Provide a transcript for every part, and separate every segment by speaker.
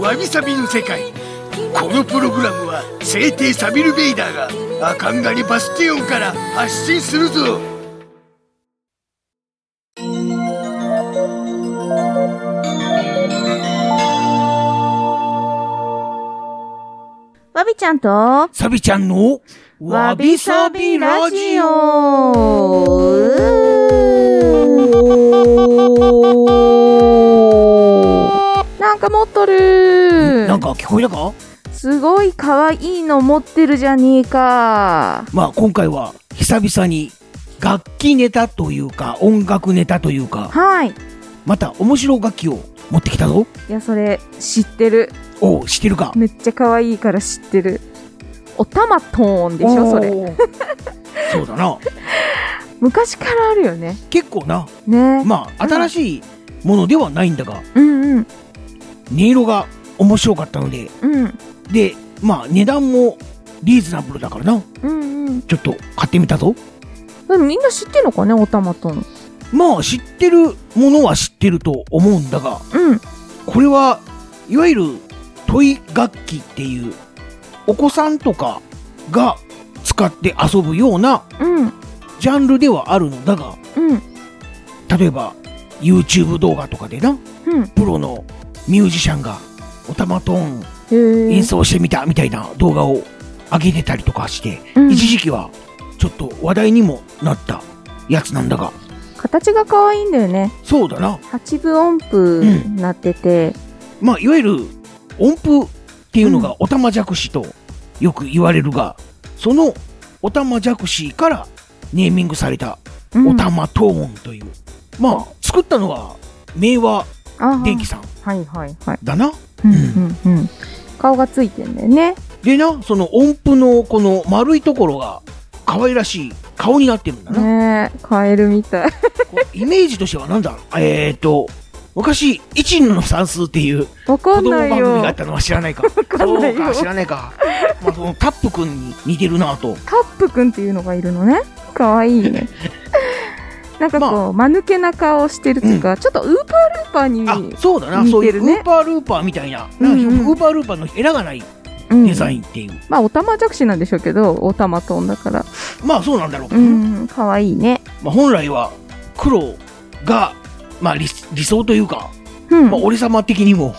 Speaker 1: わびさびの世界このプログラムは聖帝サビル・ベイダーがアカンガリ・バスティオンから発信するぞ
Speaker 2: わびちゃんと、
Speaker 1: サビちゃんのわびさびラジオ
Speaker 2: オなんか持っとる
Speaker 1: なんか聞こえたか
Speaker 2: すごい可愛いの持ってるじゃねえか。
Speaker 1: まあ今回は久々に楽器ネタというか音楽ネタというか
Speaker 2: はい。い
Speaker 1: また面白楽器を持ってきたぞ
Speaker 2: や、それ、知ってる。
Speaker 1: おう知ってるか
Speaker 2: めっちゃ可愛いから知ってる。おたまトーンでしょ、それ。
Speaker 1: おうそうだな
Speaker 2: 昔からあるよね。
Speaker 1: 結構な
Speaker 2: ね。
Speaker 1: まあ新しいものではないんだが
Speaker 2: うんうん。
Speaker 1: 音色が面白かったので
Speaker 2: うん。
Speaker 1: でまあ値段もリーズナブルだからな
Speaker 2: うんうん。
Speaker 1: ちょっと買ってみたぞ
Speaker 2: でもみんな知ってんのかね、おたまトーン。
Speaker 1: まあ知ってるものは知ってると思うんだが
Speaker 2: うん。
Speaker 1: これはいわゆるトイ楽器っていうお子さんとかが使って遊ぶような
Speaker 2: うん。
Speaker 1: ジャンルではあるのだが
Speaker 2: うん。
Speaker 1: 例えば YouTube 動画とかでな
Speaker 2: うん。
Speaker 1: プロのミュージシャンがオタマトーン
Speaker 2: へー
Speaker 1: 演奏してみたみたいな動画を上げてたりとかして
Speaker 2: うん
Speaker 1: 一時期はちょっと話題にもなったやつなんだが
Speaker 2: 形が可愛いんだよね。
Speaker 1: そうだな
Speaker 2: 八分音符になってて。
Speaker 1: まあいわゆる音符っていうのがおたまじゃくしとよく言われるが、そのおたまじゃくしからネーミングされた
Speaker 2: うん
Speaker 1: おたまトーンという、まあ作ったのは明和
Speaker 2: あー
Speaker 1: 電機さん
Speaker 2: はいはいはい。
Speaker 1: だな。
Speaker 2: うんうんうん。顔がついてんだよね。
Speaker 1: でなその音符のこの丸いところが可愛らしい顔になってるんだな。
Speaker 2: ねえ、カエルみたい。
Speaker 1: こうイメージとしてはなんだえっ、ー、と昔「一の算数」っていう
Speaker 2: わか
Speaker 1: 子
Speaker 2: ん
Speaker 1: 供
Speaker 2: な
Speaker 1: 番
Speaker 2: い
Speaker 1: 組
Speaker 2: よ
Speaker 1: があっ。たのは知らないか。
Speaker 2: かんないよ
Speaker 1: そうか知らないか。まあ、そのタップくんに似てるなと。
Speaker 2: タップくんっていうのがいるのね。可愛い ね。なんかこう、間抜けな顔してるっていうか、ちょっとウーパールーパーに、
Speaker 1: あ、そうだな。
Speaker 2: 似
Speaker 1: そうい
Speaker 2: てる
Speaker 1: う
Speaker 2: ね
Speaker 1: ウーパールーパーみたいな、
Speaker 2: うんうん
Speaker 1: なんかウーパールーパーのエラがない
Speaker 2: うん
Speaker 1: デザインっていう。
Speaker 2: まあ、おたまじゃくしなんでしょうけど、おたまトーンだから。
Speaker 1: まあそうなんだろう。
Speaker 2: うん、可愛いね。
Speaker 1: まあ本来は黒がまあ理理想というか、
Speaker 2: うん。
Speaker 1: まあ俺様的にも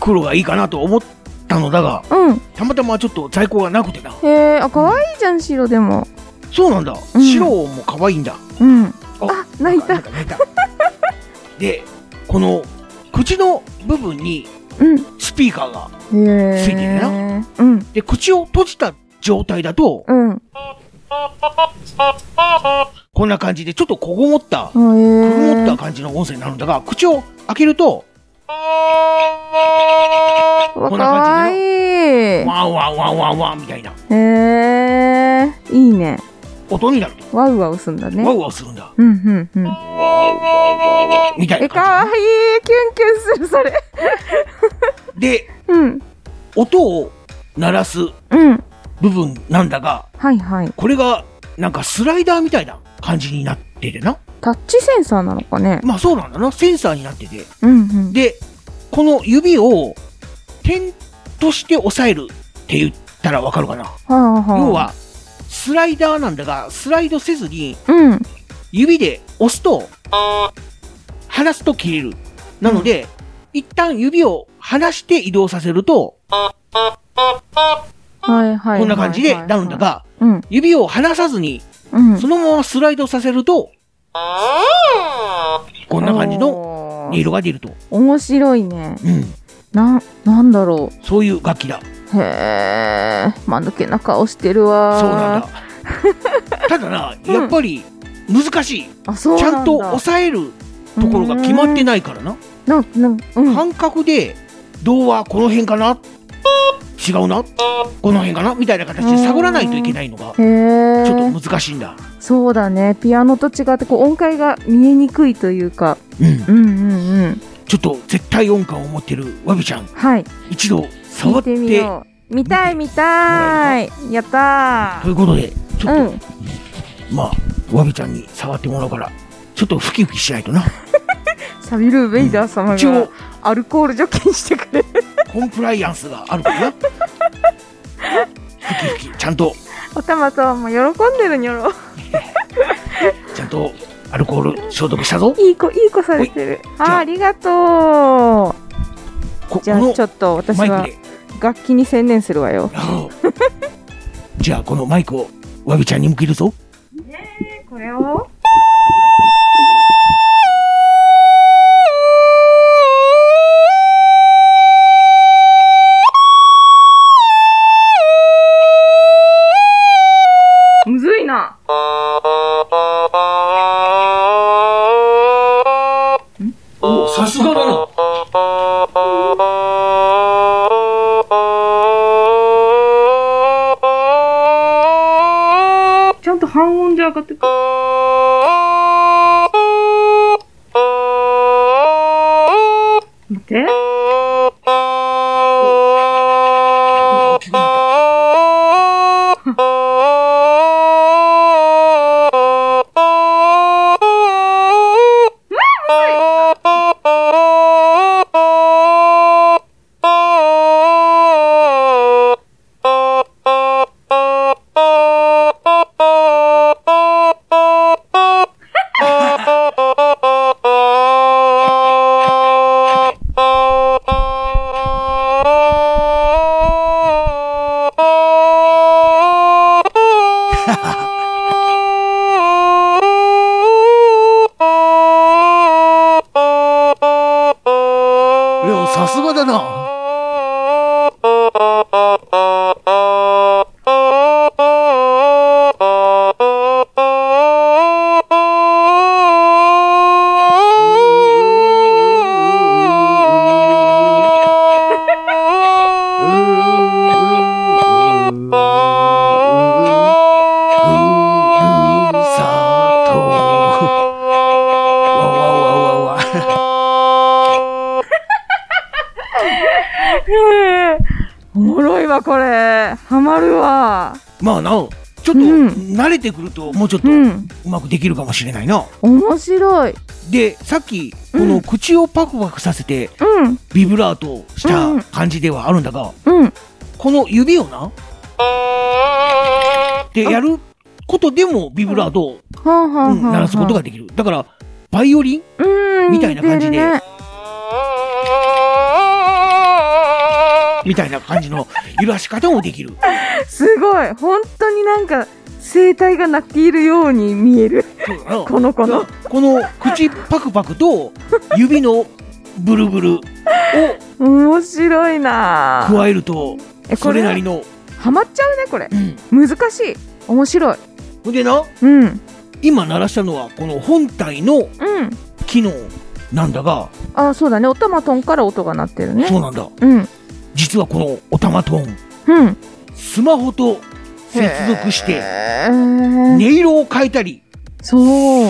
Speaker 1: 黒がいいかなと思ったのだが、
Speaker 2: うん。
Speaker 1: たまたまちょっと在庫がなくてな。
Speaker 2: へえ、あ、可愛いじゃん、白でも。
Speaker 1: そうなんだ。
Speaker 2: うん
Speaker 1: 白も可愛いんだ。
Speaker 2: うん。
Speaker 1: あ
Speaker 2: あ、泣い
Speaker 1: な
Speaker 2: た
Speaker 1: ん。か泣いた。で、この口の部分に
Speaker 2: うん。
Speaker 1: スピーカーが
Speaker 2: へえ。
Speaker 1: ついてる
Speaker 2: うん。
Speaker 1: で、口を閉じた状態だと、
Speaker 2: うん。
Speaker 1: こんな感じで、ちょっとこごもった、こ
Speaker 2: あ
Speaker 1: ごも
Speaker 2: へ
Speaker 1: っ
Speaker 2: え
Speaker 1: た。感じの音声になるんだが、口を開けると、
Speaker 2: わ、
Speaker 1: こ
Speaker 2: 可
Speaker 1: んな感
Speaker 2: 愛
Speaker 1: じ
Speaker 2: い
Speaker 1: ワンワンワンワンワンみたいな
Speaker 2: へえ。いいね。
Speaker 1: 音になると、
Speaker 2: ワウワウすんだね。
Speaker 1: ワウワウするんだ、
Speaker 2: うんうんうん。
Speaker 1: みたい
Speaker 2: え、可
Speaker 1: な感
Speaker 2: 愛いキュンキュンする、それ。
Speaker 1: じ。で、
Speaker 2: うん。
Speaker 1: 音を鳴らす
Speaker 2: うん。
Speaker 1: 部分なんだが、
Speaker 2: はいはい。
Speaker 1: これが、なんかスライダーみたいな感じになっててな。
Speaker 2: タッチセンサーなのかね。
Speaker 1: まあそうなんだな、センサーになってて。
Speaker 2: うんうん。
Speaker 1: で、この指を、点として押さえるって言ったらわかるかな。
Speaker 2: はあはあ。
Speaker 1: 要。は、スライダーなんだが、スライドせずに、
Speaker 2: うん。
Speaker 1: 指で押すと、離すと切れる。なので、一旦指を離して移動させると、
Speaker 2: はいはい。
Speaker 1: こんな感じでなるんだ。が、
Speaker 2: うん。
Speaker 1: 指を離さずに、
Speaker 2: うん
Speaker 1: そ。のままスライドさせると、こんな感じの
Speaker 2: の
Speaker 1: 音色が出ると。
Speaker 2: 面白いね。
Speaker 1: うん。
Speaker 2: なん、なんだろう。
Speaker 1: そういう楽器だ。
Speaker 2: へえ、間抜けな顔してるわ。
Speaker 1: そうなんだ。 ただな、
Speaker 2: うん
Speaker 1: やっぱり難しい。
Speaker 2: だ。あ、そう
Speaker 1: ち
Speaker 2: なん
Speaker 1: ゃ
Speaker 2: だ。
Speaker 1: んと押さえるところが決まってないからな。
Speaker 2: なん、なん、うん。
Speaker 1: 感覚で、童話この辺かなっ違うなこの辺かなみたいな形で探らないといけないのが
Speaker 2: へえ
Speaker 1: ちょっと難しいんだ。
Speaker 2: そうだねピアノと違ってこう音階が見えにくいというか
Speaker 1: うん、
Speaker 2: うんうんうん
Speaker 1: ちょっと絶対音感を持ってるわびちゃん
Speaker 2: はい
Speaker 1: 一度触
Speaker 2: 見
Speaker 1: って
Speaker 2: てみよう見たい見たいやった
Speaker 1: ということでちょっ
Speaker 2: ー
Speaker 1: と、
Speaker 2: うん
Speaker 1: まあわびちゃんに触ってもらうからちょっとふきふきしないとな
Speaker 2: サビル・ベイダー様
Speaker 1: 一応
Speaker 2: がアルコール除菌してくれる
Speaker 1: コンプライアンスがあるからなふきふきちゃんと
Speaker 2: おたまさんも喜んでるにょろ
Speaker 1: ちゃんとアルコール消毒したぞ
Speaker 2: いい子いい子されてる
Speaker 1: じゃ
Speaker 2: あ
Speaker 1: あ
Speaker 2: ありがと
Speaker 1: こ
Speaker 2: うじゃ
Speaker 1: こ
Speaker 2: あ
Speaker 1: の
Speaker 2: ちょっと私
Speaker 1: マイ
Speaker 2: は
Speaker 1: クで
Speaker 2: 楽器に専念するわよ
Speaker 1: あのじゃあこのマイクをわびちゃんに向けるぞ
Speaker 2: これをむずいな。
Speaker 1: おさすがだな
Speaker 2: ちゃんと半音で上がってくる。待って。
Speaker 1: いやさすがだなわわわわわ
Speaker 2: へえおもろいわ、これ。ハマるわ。
Speaker 1: まあなおちょっと
Speaker 2: うん
Speaker 1: 慣れてくるともうちょっと
Speaker 2: う。
Speaker 1: うんまくできるかもしれないな。
Speaker 2: 面白い。
Speaker 1: でさっきこ
Speaker 2: うん
Speaker 1: の口をパクパクさせて
Speaker 2: うん。
Speaker 1: ビブラートした
Speaker 2: うん
Speaker 1: 感じではあるんだが
Speaker 2: うん。
Speaker 1: この指をなでやることでもビブラートを
Speaker 2: はあ、はあはあ
Speaker 1: うん
Speaker 2: はあ、
Speaker 1: 鳴らすことができる。だからバイオリン
Speaker 2: うん、
Speaker 1: みたいな感じで
Speaker 2: 似てるね
Speaker 1: みたいな感じの揺らし方もできる。
Speaker 2: すごい。本当になんか、声帯が鳴っているように見える。
Speaker 1: そうだな
Speaker 2: この子の。
Speaker 1: この口パクパクと指のブルブルを
Speaker 2: 面白いな
Speaker 1: 加えると
Speaker 2: え、こ
Speaker 1: そ
Speaker 2: れ
Speaker 1: れなりの、
Speaker 2: ハマっちゃうね、これ。
Speaker 1: うん、
Speaker 2: 難しい。面白い。
Speaker 1: ほんでな
Speaker 2: うん。うん。
Speaker 1: 今鳴らしたのはこの本体の機能なんだが、
Speaker 2: あ、そうだね。おたまとんから音が鳴ってるね。
Speaker 1: そうなんだ
Speaker 2: うん。
Speaker 1: 実はこのおたまトーン
Speaker 2: うん。
Speaker 1: スマホと接続して
Speaker 2: へー
Speaker 1: 音色を変えたり
Speaker 2: そ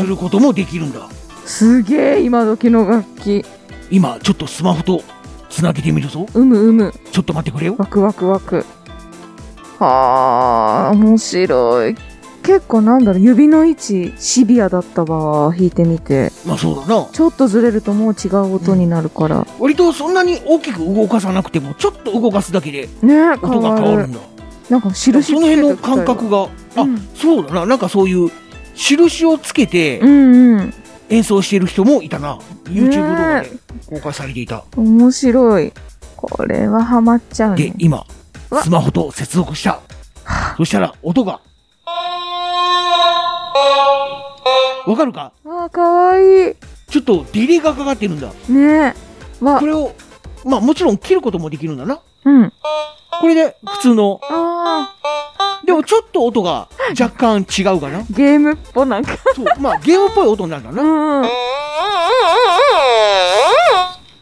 Speaker 1: す
Speaker 2: う。
Speaker 1: ることもできるんだ
Speaker 2: すげえ、今時の楽器。
Speaker 1: 今ちょっとスマホとつなげてみるぞ
Speaker 2: うむうむ。
Speaker 1: ちょっと待ってくれよ
Speaker 2: ワクワクワク。はあ、面白い。結構なんだろう、指の位置、シビアだったわ。弾いてみて。
Speaker 1: まあそうだな
Speaker 2: ちょっとずれるともう違う音になるから。
Speaker 1: 割とそんなに大きく動かさなくてもちょっと動かすだけで
Speaker 2: ね
Speaker 1: 音
Speaker 2: 変
Speaker 1: が
Speaker 2: わ
Speaker 1: 変わる
Speaker 2: る。
Speaker 1: んだ
Speaker 2: なんか
Speaker 1: その
Speaker 2: 印つけて
Speaker 1: 辺の感覚があ、
Speaker 2: うん
Speaker 1: そうだななんかそういう印をつけて
Speaker 2: うんうん。
Speaker 1: 演奏してる人もいたな、YouTube 動画で
Speaker 2: ね
Speaker 1: 公開されていた
Speaker 2: 面白い。これはハマっちゃう
Speaker 1: で
Speaker 2: ね。
Speaker 1: 今
Speaker 2: うわ
Speaker 1: スマホと接続したそしたら音がわかるか
Speaker 2: わあ、かわいい。
Speaker 1: ちょっとディレイがかかってるんだ
Speaker 2: ねわ
Speaker 1: こ、れをまあもちろん切ることもできるんだな
Speaker 2: うん。
Speaker 1: これで普通の
Speaker 2: あ
Speaker 1: でもちょっと音が若干違うかな
Speaker 2: ーゲームっぽなんか。
Speaker 1: そうまあゲームっぽい音になるんだ
Speaker 2: う。
Speaker 1: なん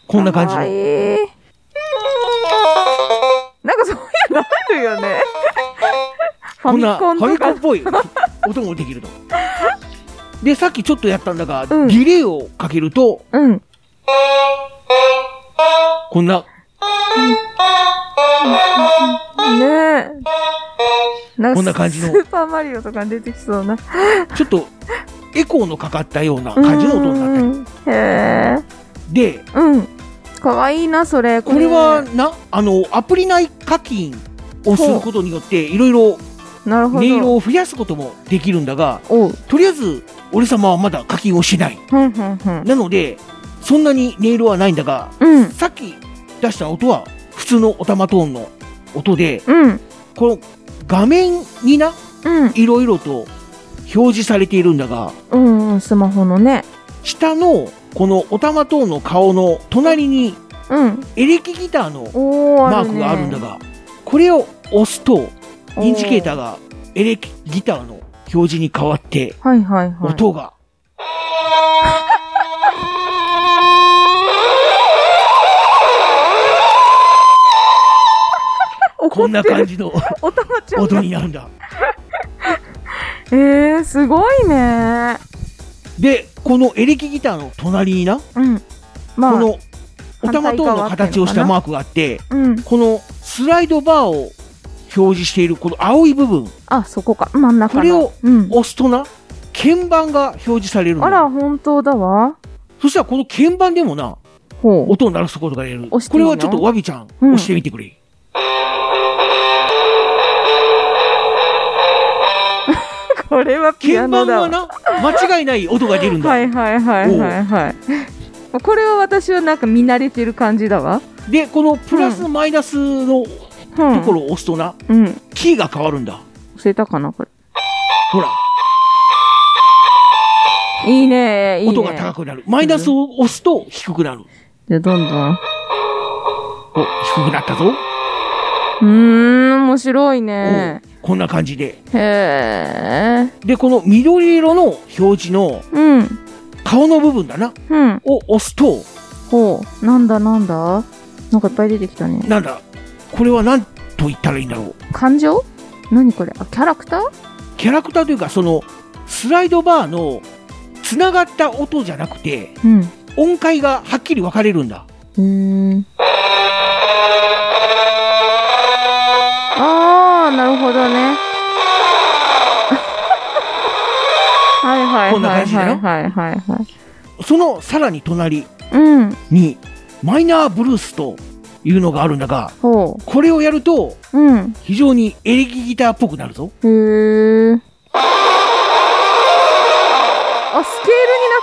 Speaker 1: こんな感じ
Speaker 2: かわ
Speaker 1: の
Speaker 2: いいなんかそういうるよね。ファ
Speaker 1: こん
Speaker 2: ミ
Speaker 1: なフ
Speaker 2: コン
Speaker 1: ァミ
Speaker 2: と
Speaker 1: コン
Speaker 2: か
Speaker 1: っ。ぽい 音もできると。で、さっきちょっとやったんだが、
Speaker 2: うん
Speaker 1: ディレイをかけると、
Speaker 2: うん。
Speaker 1: こんな、
Speaker 2: ねえ。な
Speaker 1: こんな感じの
Speaker 2: スーパーマリオとか出てきそうな
Speaker 1: ちょっと、エコーのかかったような感じの音になってる。
Speaker 2: なってへえ。
Speaker 1: で、
Speaker 2: うん。かわいいな、それ。
Speaker 1: これは、な、あの、アプリ内課金をすることによって、いろいろ
Speaker 2: なるほ
Speaker 1: 音色
Speaker 2: ど。
Speaker 1: を増やすこともできるんだが、
Speaker 2: おう。
Speaker 1: とりあえず、俺様はまだ課金をしない。
Speaker 2: ふんふんふん。
Speaker 1: なので、そんなに音色はないんだが、
Speaker 2: うん。
Speaker 1: さっき出した音は普通のオタマトーンの音で、
Speaker 2: うん。
Speaker 1: この画面にな、
Speaker 2: うん。
Speaker 1: いろいろと表示されているんだが、
Speaker 2: うんうん。スマホのね。
Speaker 1: 下のこのオタマトーンの顔の隣に
Speaker 2: うん。
Speaker 1: エレキギターの
Speaker 2: おー、
Speaker 1: マ
Speaker 2: あ
Speaker 1: ー
Speaker 2: る
Speaker 1: ク
Speaker 2: ね。
Speaker 1: があるんだが、これを押すと、インジケーター
Speaker 2: が。
Speaker 1: がエレキギターの表示に変わって、
Speaker 2: はいはいはい。
Speaker 1: 音が、こんな感じの
Speaker 2: おたまちゃん
Speaker 1: 音
Speaker 2: が。
Speaker 1: になるんだ。
Speaker 2: えー、すごいね。
Speaker 1: で、このエレキギターの隣にな、
Speaker 2: うん。ま
Speaker 1: こ
Speaker 2: あ、
Speaker 1: のおたまトーンの形をしたマークがあって、
Speaker 2: うん。
Speaker 1: このスライドバーを表示しているこの青い部分、
Speaker 2: あ、そこか。真ん中の。
Speaker 1: これを
Speaker 2: うん。
Speaker 1: 押すとな、鍵盤が表示されるの
Speaker 2: あら、本当だわ。
Speaker 1: そしたらこの鍵盤でもな、
Speaker 2: ほう。
Speaker 1: 音を鳴らすことができる。
Speaker 2: 押して
Speaker 1: こ
Speaker 2: いい
Speaker 1: れ
Speaker 2: の
Speaker 1: はちょっとわびちゃん、
Speaker 2: うん
Speaker 1: 押してみてくれ。
Speaker 2: これはピア
Speaker 1: 鍵
Speaker 2: ノ
Speaker 1: 盤
Speaker 2: だわ
Speaker 1: は。な、間違いない音が出るんだ。
Speaker 2: はいはいはいはいはい。これは私はなんか見慣れてる感じだわ。
Speaker 1: で、このプラス、マイナスのと
Speaker 2: うん。
Speaker 1: ころを押すとな、
Speaker 2: うん。
Speaker 1: キーが変わるんだ。
Speaker 2: 教えたかな、これ。
Speaker 1: ほら、
Speaker 2: いいねいいね。
Speaker 1: 音が高くなる。マイナスを押すと低くなる。
Speaker 2: じゃあどんどん。う
Speaker 1: お、低くなったぞ。
Speaker 2: ーん、面白いね。
Speaker 1: おこんな感じで。
Speaker 2: へえ。
Speaker 1: で、この緑色の表示の
Speaker 2: うん。
Speaker 1: 顔の部分だな、
Speaker 2: うん。
Speaker 1: を押すと、
Speaker 2: ほう。なんだなんだなんかいっぱい出てきたね。
Speaker 1: なんだ、これは何と言ったらいいんだろう。
Speaker 2: 感情何これあ、キャラクター
Speaker 1: キャラクターというか、その、スライドバーの、つながった音じゃなくて、
Speaker 2: うん。
Speaker 1: 音階がはっきり分かれるんだ。
Speaker 2: うーん。ああ、なるほどね。 はいはい
Speaker 1: こんな
Speaker 2: はい
Speaker 1: 感じだ
Speaker 2: は
Speaker 1: よ
Speaker 2: いはいはいはい。
Speaker 1: そのさらに隣
Speaker 2: うん。
Speaker 1: に、マイナーブルースというのがあるんだが、
Speaker 2: ほ
Speaker 1: これをやると、
Speaker 2: う。うん。
Speaker 1: 非常にエレキギターっぽくなるぞ。
Speaker 2: へえ。あ、スケールにな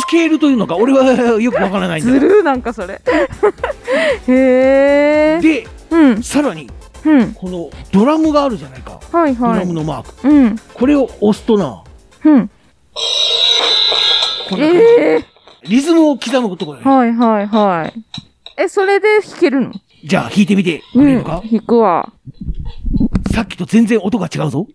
Speaker 1: スケールというのか、俺はよくわからないん
Speaker 2: ってんのず
Speaker 1: だ。
Speaker 2: るーなんかそ れ。へえ。
Speaker 1: で、
Speaker 2: うん。
Speaker 1: さらに、
Speaker 2: うん。
Speaker 1: このドラムがあるじゃないか。
Speaker 2: はい
Speaker 1: ド
Speaker 2: は
Speaker 1: ラム
Speaker 2: い。
Speaker 1: のマーク。
Speaker 2: うん。
Speaker 1: これを押すとな、
Speaker 2: うん。
Speaker 1: こんな感じ。
Speaker 2: ええ。
Speaker 1: リズムを刻むことがね
Speaker 2: はいはいはい。え、それで弾けるの
Speaker 1: じゃあ弾いてみてく
Speaker 2: う
Speaker 1: れ
Speaker 2: ん。
Speaker 1: るか、
Speaker 2: 弾くわ。
Speaker 1: さっきと全然音が違うぞ。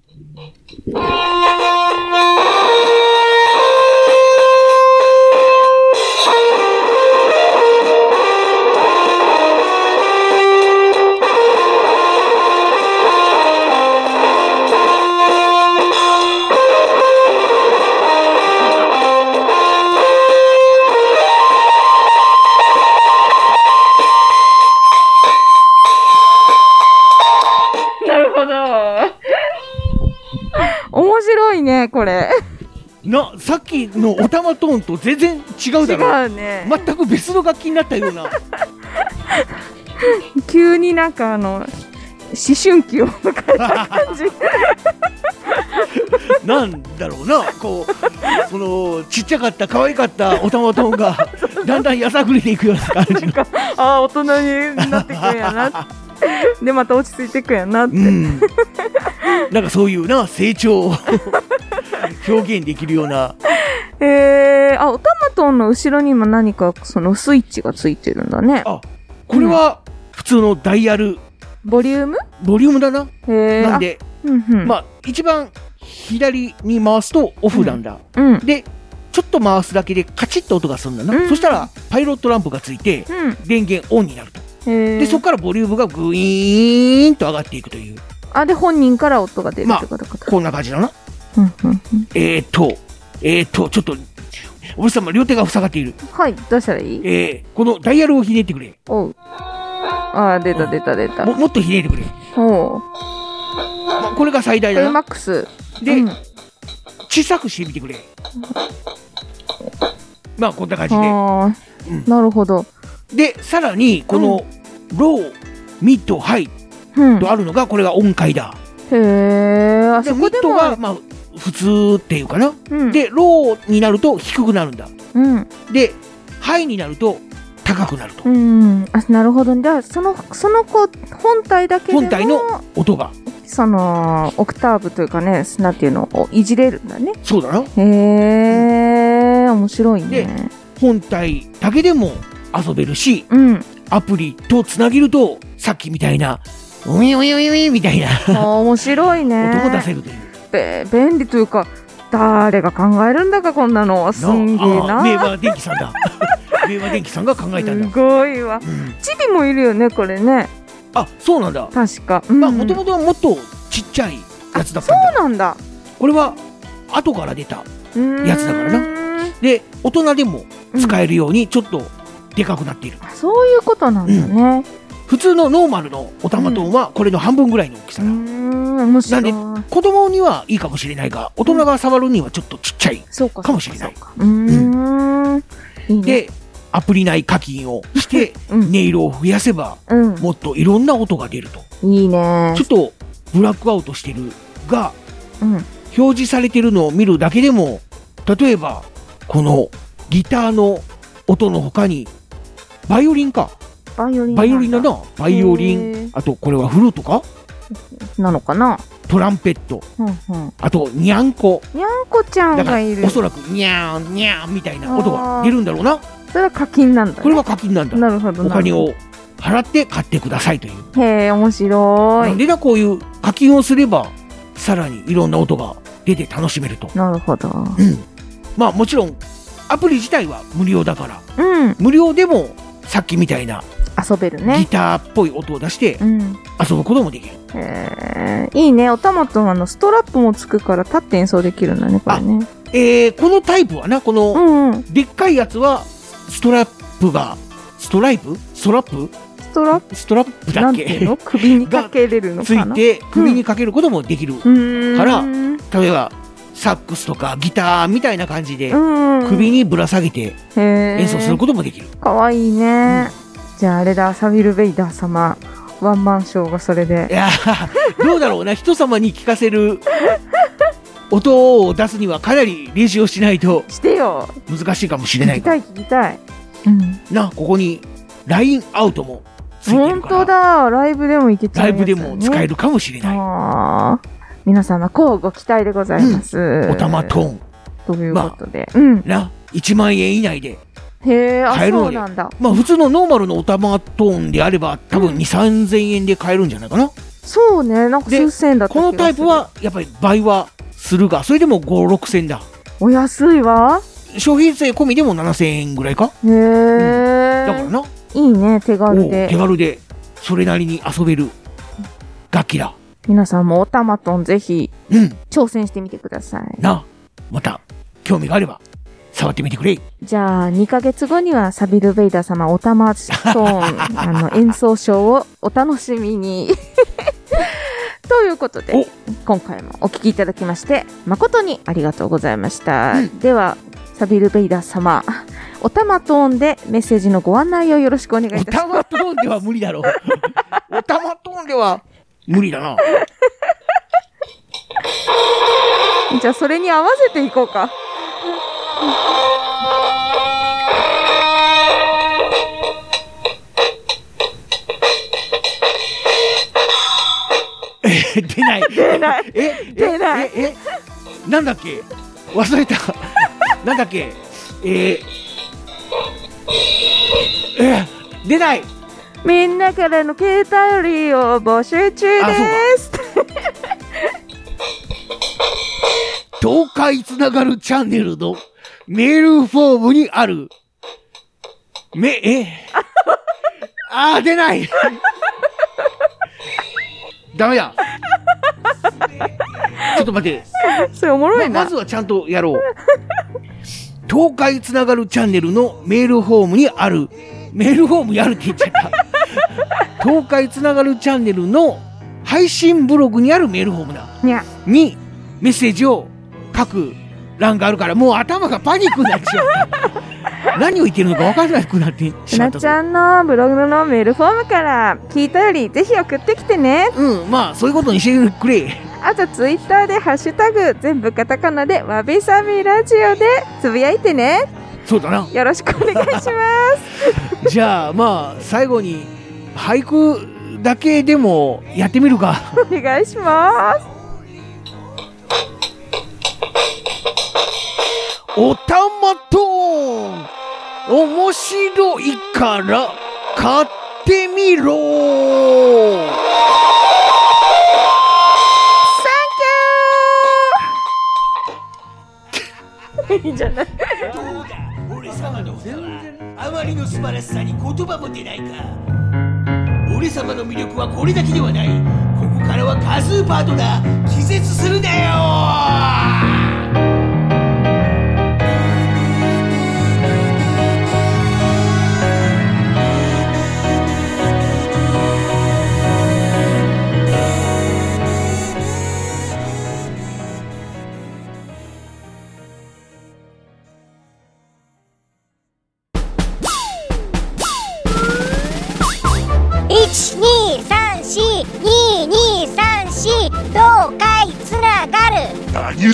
Speaker 2: なるほど。面白いね、これ。
Speaker 1: な、さっきのオタマトーンと全然違う
Speaker 2: 違
Speaker 1: だろ。
Speaker 2: うね。
Speaker 1: 全く別の楽器になったよ うな。
Speaker 2: 急になんかあの、思春期を迎えた感じ。
Speaker 1: なんだろうな。こう、その、ちっちゃかった、可愛かったオタマトーンが、だんだんやさぐれていくような感 じの。
Speaker 2: ああ、大人になってくんやな。 で、また落ち着いてくんやな。
Speaker 1: うん。なんかそういうな、成長を表現できるような。
Speaker 2: えー、あ、オタマトンの後ろにも何かそのスイッチがついてるんだね。
Speaker 1: あ、これは普通のダイヤル、
Speaker 2: ボリューム
Speaker 1: ボリュームだな。
Speaker 2: えー、
Speaker 1: なん
Speaker 2: あ、
Speaker 1: で、
Speaker 2: うんうん。
Speaker 1: まあ、一番左に回すとオフなんだ。
Speaker 2: うん。
Speaker 1: で、ちょっと回すだけでカチッと音がするんだな。
Speaker 2: うん
Speaker 1: そしたら、パイロットランプがついて、
Speaker 2: うん。
Speaker 1: 電源オンになると。
Speaker 2: へ
Speaker 1: で
Speaker 2: え
Speaker 1: そこからボリュームがグイーンと上がっていくという
Speaker 2: あで本人から音が出るってことか、
Speaker 1: こんな感じだな
Speaker 2: うんうんうん
Speaker 1: えーとえーとちょっとおじさま両手が塞がっている
Speaker 2: はいどうしたらいい
Speaker 1: えー、このダイヤルをひねってくれ
Speaker 2: おうあー出た出た出た
Speaker 1: ももっとひねってくれ、
Speaker 2: おう
Speaker 1: まあ、これが最大だな
Speaker 2: AMAX
Speaker 1: で
Speaker 2: うん
Speaker 1: 小さくしてみてくれまあこんな感じで
Speaker 2: あ
Speaker 1: うん
Speaker 2: ーなるほど
Speaker 1: でさらにこのロー、ミッドハイ
Speaker 2: うん
Speaker 1: とあるのがこれが音階だ、
Speaker 2: へえあ
Speaker 1: で
Speaker 2: そ
Speaker 1: ミ
Speaker 2: こ
Speaker 1: ッ
Speaker 2: で
Speaker 1: ド
Speaker 2: も
Speaker 1: がまあ普通っていうかな、
Speaker 2: うん
Speaker 1: でローになると低くなるんだ
Speaker 2: うん
Speaker 1: でハイになると高くなると、
Speaker 2: うんあなるほどじゃあそのその子本体だけでも
Speaker 1: 本体の音が
Speaker 2: そのオクターブというかねなんていうのをいじれるんだね
Speaker 1: そうだな
Speaker 2: へえ面白いね
Speaker 1: で本体だけでも遊べるし
Speaker 2: うん
Speaker 1: アプリとつなげるとさっきみたいなウィンウィンウィンウィンみたいな
Speaker 2: あー面白いね
Speaker 1: 音も出せるという。
Speaker 2: べ便利というか誰が考えるんだかこんなのすんげえ
Speaker 1: ああ名
Speaker 2: な
Speaker 1: 和電機さん だ。名和電機さんが考えたんだ
Speaker 2: す。ごいわ
Speaker 1: うん
Speaker 2: チビもいるよねこれね
Speaker 1: あ、そうなんだ。
Speaker 2: 確か
Speaker 1: まあ、もと
Speaker 2: も
Speaker 1: もとはもっとちっちゃいやつだったん
Speaker 2: そう
Speaker 1: だ。
Speaker 2: なんだ
Speaker 1: これは後から出た。やつだからな
Speaker 2: な
Speaker 1: で、大人でも使えるようにちょっとでかくなっている。
Speaker 2: そういうことなんだね
Speaker 1: 普通のノーマルのお玉トンはこれの半分ぐらいの大き
Speaker 2: う
Speaker 1: さ
Speaker 2: ー
Speaker 1: だ。
Speaker 2: ん面白い
Speaker 1: 子供にはいいかもしれないが、大人が触るにはちょっとちっちゃい。
Speaker 2: そうか
Speaker 1: かもしれな
Speaker 2: そ
Speaker 1: い
Speaker 2: うかそうかうーんいいね
Speaker 1: で、アプリ内課金をして、
Speaker 2: うん
Speaker 1: 音色を増やせば、
Speaker 2: うん
Speaker 1: もっといろんな音が出ると。
Speaker 2: いいね
Speaker 1: ちょっとブラックアウトしてるが、
Speaker 2: うん
Speaker 1: 表示されてるのを見るだけでも、例えば、このギターの音の他に、バイオリンか。
Speaker 2: バイオリン
Speaker 1: バイオリンだな。バイオリ
Speaker 2: へー
Speaker 1: ン。あと、これはフルートか
Speaker 2: なのかな
Speaker 1: トランペット。
Speaker 2: うんうん
Speaker 1: あと、ニャンコ。
Speaker 2: にゃんこちゃん
Speaker 1: だか
Speaker 2: がい
Speaker 1: ら、
Speaker 2: る
Speaker 1: おそらく、ニャーン、ニャーンみたいな音が出るんだろうな。
Speaker 2: それは課金なんだね
Speaker 1: これは課金なんだ。
Speaker 2: なるほど
Speaker 1: お
Speaker 2: な
Speaker 1: 金を払って買ってくださいという。
Speaker 2: へえ面白
Speaker 1: ないんでな、こういう課金をすれば、さらにいろんな音が出て楽しめると。
Speaker 2: なるほど
Speaker 1: まあもちろんアプリ自体は無料だから
Speaker 2: うん
Speaker 1: 無料でもさっきみたいな
Speaker 2: 遊べる
Speaker 1: ギ
Speaker 2: ね
Speaker 1: ターっぽい音を出して
Speaker 2: うん
Speaker 1: 遊ぶこともできる、
Speaker 2: へーいいねおたまとんあのストラップもつくから立って演奏できるんだねこれね
Speaker 1: えー、このタイプはなこ
Speaker 2: う
Speaker 1: の
Speaker 2: んうん
Speaker 1: でっかいやつはストラップがストライプストラップ
Speaker 2: ストラッ
Speaker 1: ストラップ
Speaker 2: プ
Speaker 1: だ
Speaker 2: な
Speaker 1: っ
Speaker 2: んていう
Speaker 1: け
Speaker 2: の首にかけれるのか
Speaker 1: つい
Speaker 2: な
Speaker 1: て首にかけることもできる、
Speaker 2: うーん
Speaker 1: から
Speaker 2: うん
Speaker 1: 例えばサックスとかギターみたいな感じで首
Speaker 2: 首
Speaker 1: にぶら下げて演
Speaker 2: 演
Speaker 1: 奏することもできる、
Speaker 2: かわいいね、じゃああれだサビル・ベイダー様ワンマンショーがそれ
Speaker 1: い
Speaker 2: で
Speaker 1: やーどうだろうな人様に聞かせる音を出すにはかなり練習をしないと
Speaker 2: してよ
Speaker 1: 難しいかもしれ
Speaker 2: 聞
Speaker 1: ない
Speaker 2: きたい聞きたいうん
Speaker 1: なここにラインアウトもついてる
Speaker 2: 本
Speaker 1: か
Speaker 2: 当
Speaker 1: ら
Speaker 2: だライブでもいけちゃう
Speaker 1: ライ
Speaker 2: やつだ
Speaker 1: ブ
Speaker 2: ね
Speaker 1: でも使えるかもしれない、
Speaker 2: あー皆様乞うご期待でございます、
Speaker 1: おたまトーン
Speaker 2: ということで、うん
Speaker 1: な1万円以内で
Speaker 2: へえあ
Speaker 1: 買える
Speaker 2: そ
Speaker 1: の
Speaker 2: う
Speaker 1: に
Speaker 2: なんだ
Speaker 1: まあ普通のノーマルのおたまトーンであれば多分2 3 0円で買えるんじゃないかな
Speaker 2: そうねなんか
Speaker 1: で
Speaker 2: 数千円だった気
Speaker 1: こ
Speaker 2: がする
Speaker 1: のタイプはやっぱり倍はするがそれでも5 6千だ
Speaker 2: お安いわ
Speaker 1: 消費税込みでも7000円ぐらいか
Speaker 2: へえ、
Speaker 1: だからな、
Speaker 2: いいね手軽
Speaker 1: おう手
Speaker 2: で
Speaker 1: 軽でそれなりに遊べる楽器だ
Speaker 2: 皆さんもおたまとんぜひ
Speaker 1: うん
Speaker 2: 挑戦してみてください
Speaker 1: なまた興味があれば触ってみてくれ
Speaker 2: じゃあ、2ヶ月後にはサビル・ベイダー様、おたまトーン、あの、演奏ショーをお楽しみに。 ということで、今回もお聞きいただきまして、誠にありがとうございました。では、サビル・ベイダー様、おたまトーンでメッセージのご案内をよろしくお願いいたし
Speaker 1: お
Speaker 2: ます。
Speaker 1: たまトーンでは無理だろう おたまトーンでは無理だな
Speaker 2: じゃあ、それに合わせていこうか。
Speaker 1: え出ない出
Speaker 2: ない
Speaker 1: え
Speaker 2: 出ない
Speaker 1: えええなんだっけ忘れたなんだっけえー、えー出ない
Speaker 2: みんなからの携帯りを募集中
Speaker 1: あそう
Speaker 2: です。
Speaker 1: 東海つながるチャンネルの メールフォームにある、め、えあああ、出ないダメだちょっと待って。
Speaker 2: それおもろい
Speaker 1: ま
Speaker 2: な。
Speaker 1: まずはちゃんとやろう。東海つながるチャンネルのメールフォームにある、メールフォームやるって言っちゃった。 東海つながるチャンネルの配信ブログにあるメールフォームだ。
Speaker 2: にゃ。
Speaker 1: にメッセージを書く欄があるからもう頭がパニックになっちゃ う何を言ってるのか分からなくなってし
Speaker 2: な
Speaker 1: まっ
Speaker 2: ったちゃんのブログのメールフォームから聞いたよりぜひ送ってきてね。
Speaker 1: うんまあそういうことにしてくれ
Speaker 2: あとツイッターでハッシュタグ全部カタカナでわびさびラジオでつぶやいてね。
Speaker 1: そうだな
Speaker 2: よろしくお願いし ます。
Speaker 1: じゃあまあ最後に俳句だけでもやってみるか
Speaker 2: お願いします。
Speaker 1: おたまと面白いから買ってみろ
Speaker 2: いいじゃない。
Speaker 3: どうだ俺様の歌はあまりの素晴らしさに言葉も出ないか俺様の魅力はこれだけではないここからは多数パートナー気絶するなよ
Speaker 4: 12342234東海つながる
Speaker 5: 何